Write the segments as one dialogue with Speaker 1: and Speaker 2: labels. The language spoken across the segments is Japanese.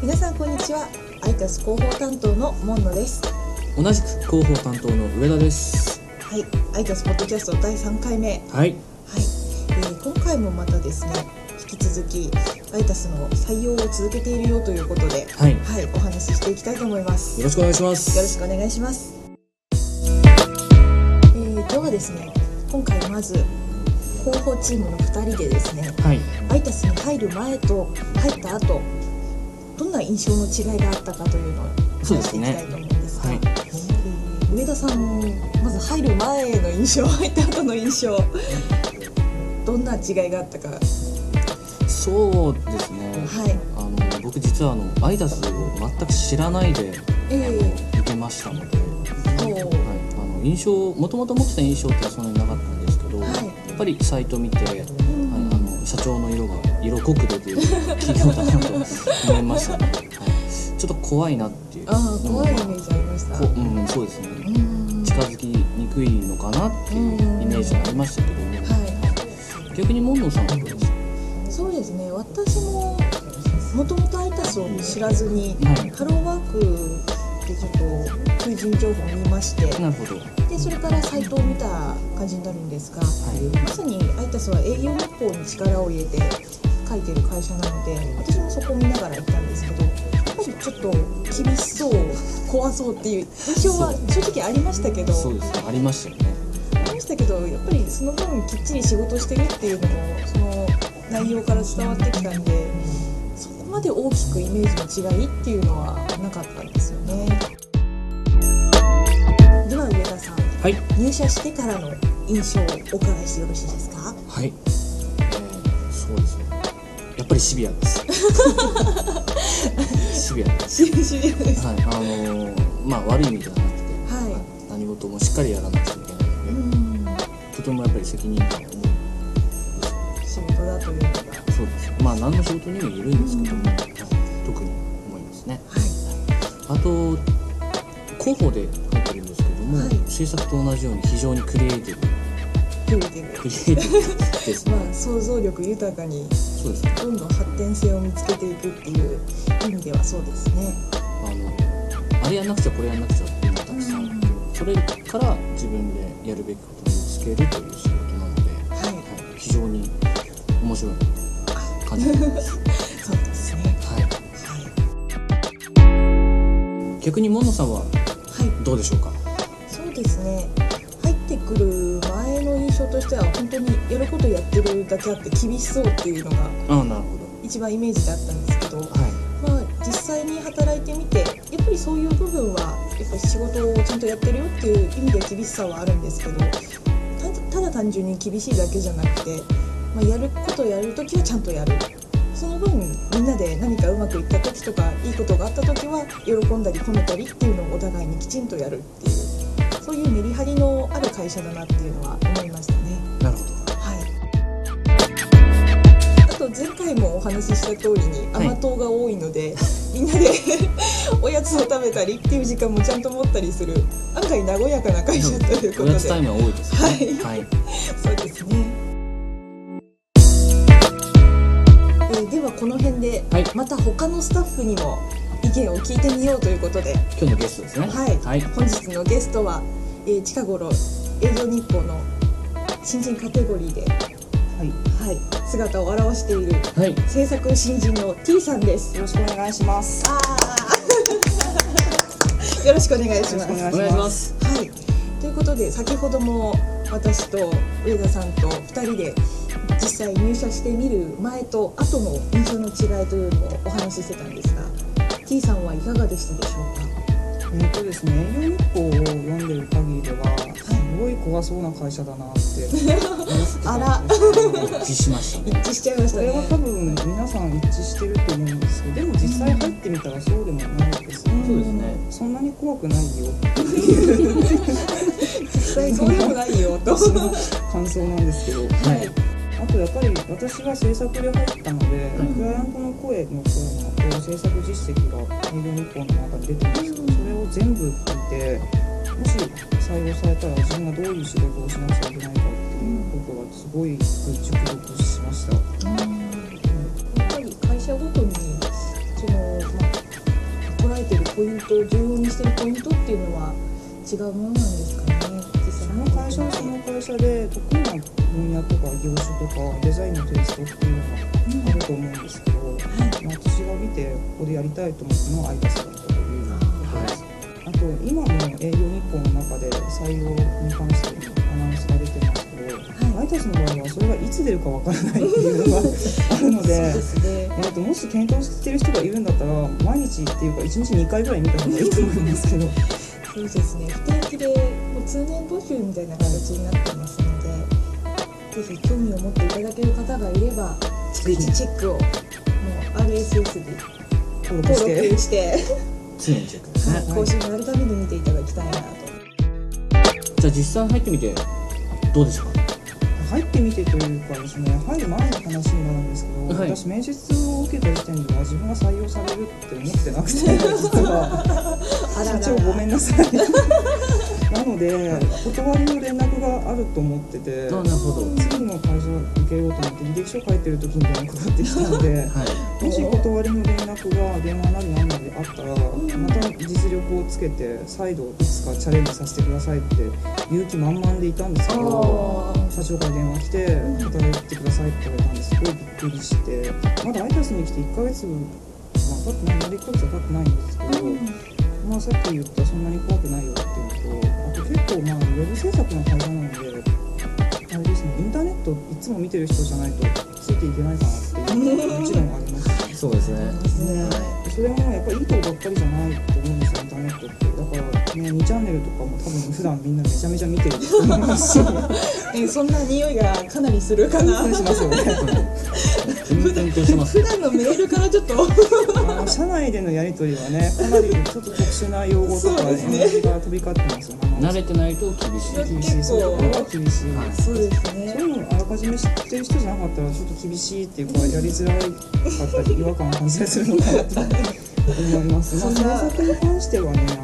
Speaker 1: 皆さんこんにちはアイタス広報担当のモンノです
Speaker 2: 同じく広報担当の上田です
Speaker 1: はいアイタスポッドキャスト第3回目はい、
Speaker 2: はい
Speaker 1: えー今回もまたですね引き続きアイタスの採用を続けているよということで
Speaker 2: はいよ
Speaker 1: はいお話ししていきたいと思いますよ
Speaker 2: ろしくお願いします
Speaker 1: ろしくお願いしますえー、今日はですね今回まず広報チームの2人でですね
Speaker 2: はい
Speaker 1: アイタスに入る前と入った後どんな印象の違いがあったかというのを
Speaker 2: そう
Speaker 1: 話して
Speaker 2: です
Speaker 1: いきたい
Speaker 2: ね
Speaker 1: と思うんですが、
Speaker 2: はい
Speaker 1: えー上田さんまず入る前の印象入った後の印象どんな違いがあったかは
Speaker 2: そうですね
Speaker 1: い
Speaker 2: あの僕実はあの挨拶を全く知らないで
Speaker 1: え
Speaker 2: あの
Speaker 1: え
Speaker 2: 受けましたので、
Speaker 1: お
Speaker 2: はい、あの印象もともと持ってた印象ってそんなになかったんですけど、
Speaker 1: はい
Speaker 2: やっぱりサイト見て、はい、
Speaker 1: うん
Speaker 2: あの社長の色が色濃く出ている企業だなと思いましたね、はい、ちょっと怖いなっていう
Speaker 1: ああ怖いイメ
Speaker 2: うん
Speaker 1: ージありました
Speaker 2: こうん、そうですね、
Speaker 1: うん
Speaker 2: 近づきにくいのかなっていうイメージがありましたけども、
Speaker 1: は
Speaker 2: 逆にモンドさんはどうですか
Speaker 1: そうですね私ももともとアイタスを知らずに
Speaker 2: はい
Speaker 1: ハローワークでちょっと求人情報を見まして、
Speaker 2: なるほど、は
Speaker 1: でそれからサイトを見た感じになるんですが、
Speaker 2: い、
Speaker 1: まさにアイタスは営業日報に力を入れて書いてる会社なので私もそこを見ながら行ったんですけどやっぱりちょっと厳しそう怖そうっていう印象は正直ありましたけど
Speaker 2: そうですねありましたよね
Speaker 1: ありましたけどやっぱりその分きっちり仕事してるっていうのもその内容から伝わってきたんでそこまで大きくイメージの違いっていうのはなかったんですよね。では上田さん
Speaker 2: はい
Speaker 1: 入社してからの印象をお伺いしてよろしいですか
Speaker 2: はい、えー、そうですねやっぱりシビアですシビアで
Speaker 1: シビシビですす
Speaker 2: はいあのーまあ悪い意味ではなくて、
Speaker 1: はい
Speaker 2: 何事もしっかりやらなくちゃいけないの
Speaker 1: う
Speaker 2: で、
Speaker 1: ん
Speaker 2: とてもやっぱり責任感を重い
Speaker 1: 仕事だというのがは
Speaker 2: そうですまあ何の仕事にもいるんですけども、
Speaker 1: うん
Speaker 2: はい特に思いますねあと広報で書いてるんですけども、
Speaker 1: はい
Speaker 2: 制作と同じように非常にクリエイティブ
Speaker 1: いクリエイティ
Speaker 2: クリエイティブです
Speaker 1: ブ
Speaker 2: ね
Speaker 1: まあ想像力豊かに
Speaker 2: そうですね
Speaker 1: どんどん発展性を見つけていくっていう意味ではそうですね
Speaker 2: あのあれやんなくちゃこれやんなくちゃっていうのがたくさんあって、それから自分でやるべきことを見つけるという仕事なので、は
Speaker 1: はい
Speaker 2: い、非常に面白い感じです、は
Speaker 1: そうですね
Speaker 2: い、
Speaker 1: はい
Speaker 2: 逆にモノさんは
Speaker 1: はい
Speaker 2: どうでしょうか
Speaker 1: そうですね入ってくる前の印象としては本当にやることやってるだけあって厳しそうっていうのが
Speaker 2: ああなるほ
Speaker 1: 一番イメージだったんですけど
Speaker 2: どはい
Speaker 1: まあ、実際に働いてみてやっぱりそういう部分はやっぱり仕事をちゃんとやってるよっていう意味で厳しさはあるんですけどたただ単純に厳しいだけじゃなくて、まあ、やることをやるときはちゃんとやるその分みんなで何かうまくいった時とかいいことがあった時は喜んだり褒めたりっていうのをお互いにきちんとやるっていうそういうメリハリのある会社だなっていうのは思いましたね。
Speaker 2: なるほど
Speaker 1: はい。あと前回もお話しした通りに
Speaker 2: はい
Speaker 1: 甘党が多いので、みんなで おやつを食べたりっていう時間もちゃんと持ったりする案外和やかな会社ということ
Speaker 2: お
Speaker 1: で
Speaker 2: やつタイムは多いですねはい、
Speaker 1: そうですね、えーではこの辺で、
Speaker 2: はい
Speaker 1: また他のスタッフにも意見を聞いてみようということで
Speaker 2: 今日のゲストですね
Speaker 1: はい
Speaker 2: はい
Speaker 1: 本日のゲストは、えー近頃営業日報の新人カテゴリーで、はい姿を現している
Speaker 2: はい
Speaker 1: 制作新人の T さんです。
Speaker 3: よろしくお願いします。
Speaker 1: よろしくお願いします。
Speaker 3: よろしくお願
Speaker 2: お願いします
Speaker 1: はい。ということで先ほども私と上田さんと2人で実際入社してみる前と後の印象の違いというのをお話ししてたんですが T さんはいかがでしたでしょうか
Speaker 3: えっ、とですね、栄養日報を読んでる限りでは、すごい怖そうな会社だ なって思ってた
Speaker 1: あら
Speaker 3: んですけど。
Speaker 2: 一致しましたね
Speaker 1: 一致しちゃいまし
Speaker 3: そ
Speaker 1: た
Speaker 3: れ
Speaker 1: ね。
Speaker 3: は多分皆さん一致してると思うんですけど、でも実際入ってみたらそうでもないですね。
Speaker 2: そうですね
Speaker 3: そんなに怖くないよ
Speaker 1: 実際 そうでもないよと。
Speaker 3: 私の感想なんですけど。
Speaker 2: はい
Speaker 1: はい
Speaker 3: あとやっぱり私は制作で入ったので、クライアントの声のコーナーと制作実績が営業日報の中に出てるんですけど、それを全部聞いて、もし採用されたら自分がどういう仕事をしなくちゃいけないかっていうことがすごい熟読しました。
Speaker 1: やっぱり会社ごとにその、まあ、ポイント重要にしてるポイントっていうのは違うものなんですかね実
Speaker 3: そ
Speaker 1: 際
Speaker 3: の会社はその会社で得意な分野とか業種とかデザインのテイストっていうの
Speaker 1: うん
Speaker 3: があると思うんですけど、まあ私が見てここでやりたいと思ったのはアイパスだったということです。あと今の営業日報の中で採用に関してアナウンスが出てますけど、
Speaker 1: は
Speaker 3: アイタスの場合はそれがいつ出るかわからないっていうのがあるの
Speaker 1: いそう
Speaker 3: で
Speaker 1: で。すね
Speaker 3: えっともし検討してる人がいるんだったら毎日っていうか1日2回ぐらい見た方がいいと思いますけど
Speaker 1: そうですね不定期でこう通年募集みたいな形になってますのでぜひ興味を持っていただける方がいれば逐一チェックをもう RSS で
Speaker 3: 登録し
Speaker 1: 登
Speaker 3: て
Speaker 1: 録して
Speaker 2: 常にチェックですね
Speaker 3: い
Speaker 1: 更新があるために見ていただきたいなと
Speaker 2: じゃあ実際入ってみてどうでしたか
Speaker 3: 入ってみてというかですね入る前の話になるんですけど、
Speaker 2: はい
Speaker 3: 私面接を受けた時点では自分が採用されるって思ってなくて実 は
Speaker 1: あららら
Speaker 3: 社長ごめんなさいなので断りの連絡があると思ってて
Speaker 2: あなるほどはい
Speaker 3: 次の会社受けようと思って履歴書書いてる時に連絡があってきたので。もし断りの連絡が電話なり何なりであったら、
Speaker 1: ん
Speaker 3: また実力をつけて再度いつかチャレンジさせてくださいって勇気満々でいたんですけど
Speaker 1: あ
Speaker 3: 社長から電話来て
Speaker 1: ん
Speaker 3: 働いてくださいって言われたんですごいびっくりしてまだアイタスに来て1ヶ月分経ってないまだ1ヶ月は経ってないんですけ
Speaker 1: ー
Speaker 3: ど、まあ、さっき言ったそんなに怖くないよっていうのとあと結構まあウェブ制作の会社なのであれですねインターネットいつも見てる人じゃないとついていけないかなっていうのももちろんあります
Speaker 2: そうですね
Speaker 1: ね
Speaker 3: それもやっぱりいいとこばっかりじゃないと思うんですよインターネットってだからね2チャンネルとかも多分普段みんなめちゃめちゃ見てると思いますし
Speaker 1: えそんな匂いがかなりするかな
Speaker 3: しますよね
Speaker 2: 全然緊張して ます
Speaker 1: 普段のメールからちょっと
Speaker 3: あの社内でのやり取りはねかなりちょっと特殊な用語とか
Speaker 1: そうですね
Speaker 3: 絵文字が飛び交ってますよ
Speaker 2: 慣れてないと厳しい
Speaker 3: 厳しい
Speaker 1: 結
Speaker 3: そ
Speaker 1: 構
Speaker 3: れは厳しい、
Speaker 2: はい
Speaker 1: そうです
Speaker 3: そういうのあらかじめ知ってる人じゃなかったらちょっと厳しいっていうかやりづらかったり違和感を感じたりするのかなと思います。ま
Speaker 1: そ
Speaker 3: あ、
Speaker 1: んな
Speaker 3: 制作に関してはねあ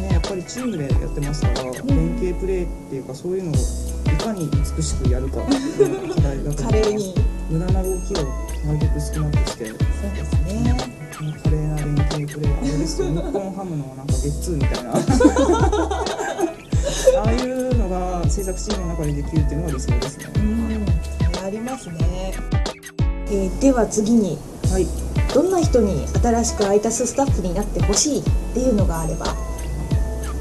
Speaker 3: のねやっぱりチームでやってますから、連携プレーっていうかそういうのをいかに美しくやるかっていうのが課題だと
Speaker 1: 華
Speaker 3: 思い
Speaker 1: 麗
Speaker 3: ます。
Speaker 1: に
Speaker 3: 無駄な動きをなるべく少なくし
Speaker 1: そう
Speaker 3: て。
Speaker 1: ですね
Speaker 3: 華麗な連携プレーあれですよ日本ハムのなんかゲッツーみたいなああいうのが制作チームの中でできるっていうのが理想ですね
Speaker 1: うんありますね、えーでは次に
Speaker 3: はい
Speaker 1: どんな人に新しくアイタススタッフになってほしいっていうのがあれば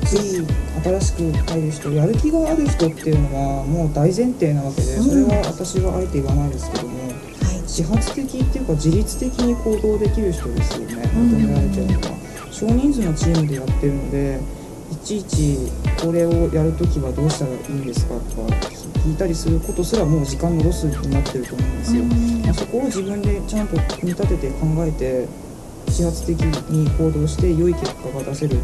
Speaker 3: 次新しく入る人やる気がある人っていうのはもう大前提なわけで
Speaker 1: うん
Speaker 3: それは私はあえて言わないですけども
Speaker 1: はい
Speaker 3: 自発的っていうか自律的に行動できる人ですよね求められてるのは少人数のチームでやってるのでいちいちこれをやるときはどうしたらいいんですかとか聞いたりすることすらもう時間のロスになってると思うんですよ、まあそこを自分でちゃんと組み立てて考えて自発的に行動して良い結果が出せる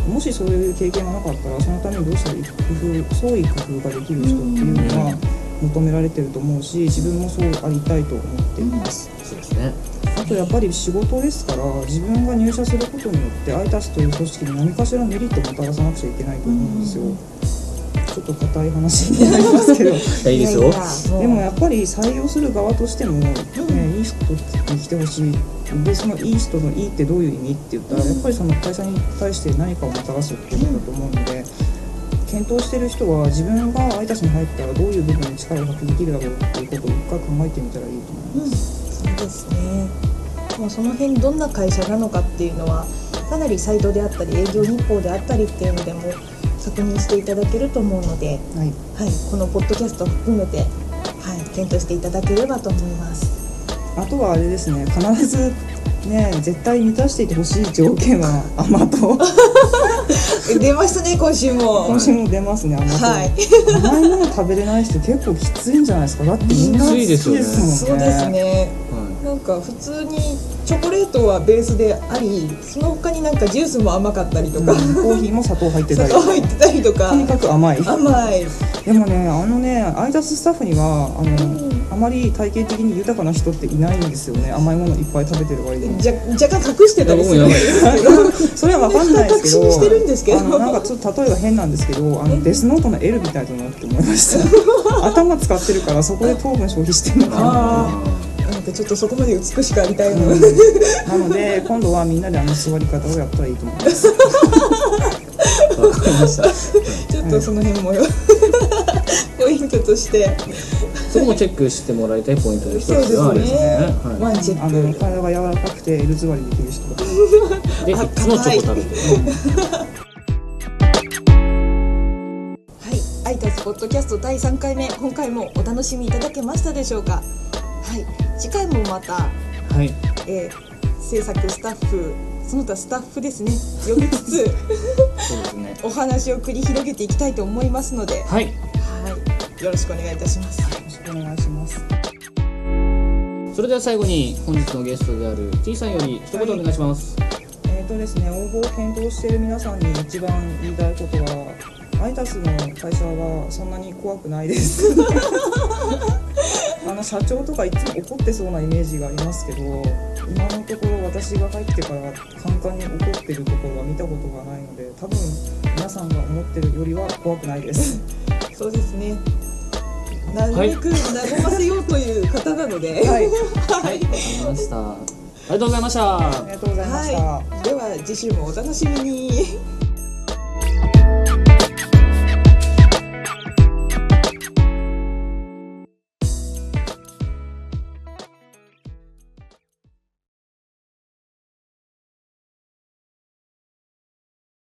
Speaker 3: 人もしそういう経験がなかったらそのためにどうしたらいい工夫創意工夫ができる人っていうの
Speaker 2: う
Speaker 3: が求められてると思うし自分もそうありたいと思っています。
Speaker 2: そうですね
Speaker 3: あとやっぱり仕事ですから自分が入社することによって ITAS という組織に何かしらのメリットをもたらさなくちゃいけないと思うんですよ。
Speaker 1: うん
Speaker 3: ちょっと硬い話になりますけど
Speaker 2: いやいいですよ
Speaker 1: いやいやもう
Speaker 3: でもやっぱり採用する側としても、ねいい人に来てほしいでそのいい人のいいってどういう意味って言ったら、
Speaker 1: うん
Speaker 3: やっぱりその会社に対して何かをもたらすっていうことだと思うので、検討してる人は自分が相手に入ったらどういう部分に力を発揮できるだろうっていうことを一回考えてみたらいいと思います。
Speaker 1: うん、そうですね。もうその辺どんな会社なのかっていうのはかなりサイトであったり営業日報であったりっていうのでも確認していただけると思うので、
Speaker 3: はい
Speaker 1: はい、このポッドキャストを含めて、はい、検討していただければと思います。
Speaker 3: あとはあれですね必ずね絶対満たしていてほしい条件は甘党
Speaker 1: え出ましたね今週も。
Speaker 3: 今週も出ますね甘党、
Speaker 1: はい、
Speaker 3: 甘いもの食べれない人結構きついんじゃないですかだってみんな好きですもんね
Speaker 2: きついです
Speaker 1: そ
Speaker 2: よね
Speaker 1: うですね。
Speaker 2: は
Speaker 1: なんか普通にチョコレートはベースであり、その他になんかジュースも甘かったりと
Speaker 3: うん
Speaker 1: か、
Speaker 3: コーヒーも砂糖入ってた
Speaker 1: 砂糖
Speaker 3: り
Speaker 1: 入ってたりとか
Speaker 3: と、にかく甘い
Speaker 1: 甘い。
Speaker 3: でもねあのねアイダススタッフにはあの、
Speaker 1: うん
Speaker 3: あまり体型的に豊かな人っていないんですよね甘いものいっぱい食べてる割に
Speaker 1: じゃ若干隠して
Speaker 2: いい
Speaker 1: た
Speaker 2: や
Speaker 1: りす
Speaker 2: 僕も
Speaker 1: る
Speaker 2: やばい
Speaker 3: それはわかんないですけ
Speaker 1: 確
Speaker 3: ど
Speaker 1: 信してるんですけど
Speaker 3: あのなんかちょっと例えが変なんですけどあのデスノートの L みたい だなって思いました頭使ってるからそこで糖分消費してるのかな
Speaker 1: あーなんってちょっとそこまで美しくありたいの、
Speaker 3: うんなので今度はみんなであの座り方をやったらいいと思います。
Speaker 2: わかりました。
Speaker 1: ちょっとその辺もよ ポイントとして
Speaker 2: そこもチェックしてもらいたいポイントの一つではありますね。
Speaker 1: ワ
Speaker 2: は
Speaker 1: ンチェッ
Speaker 3: あの
Speaker 1: ク
Speaker 3: 体が柔らかくて L 座りできる人とか。
Speaker 2: い。で、いつもチョコ食べてる。
Speaker 1: はい、アイタスポッドキャスト第3回目今回もお楽しみいただけましたでしょうかはい次回もまた、
Speaker 2: はい。
Speaker 1: えー制作スタッフその他スタッフですね呼びつつ
Speaker 2: そうですね。
Speaker 1: お話を繰り広げていきたいと思いますので
Speaker 2: はい。
Speaker 1: はいよろしくお願いいたします
Speaker 3: よろしくお願いします。
Speaker 2: それでは最後に本日のゲストである T さんより一言お願いします。
Speaker 3: えっ、とですね、応募を検討している皆さんに一番言いたいことは、アイタスの会社はそんなに怖くない です。あの社長とかいつも怒ってそうなイメージがありますけど、今のところ私が入ってから簡単に怒ってるところは見たことがないので、多分皆さんが思ってるよりは怖くないです。
Speaker 1: そうですねなるべく和ませようという方なので、
Speaker 3: はい、
Speaker 2: はい。わかりました。ありがとうございました
Speaker 3: あり。がとうございました。
Speaker 1: はいでは次週もお楽しみに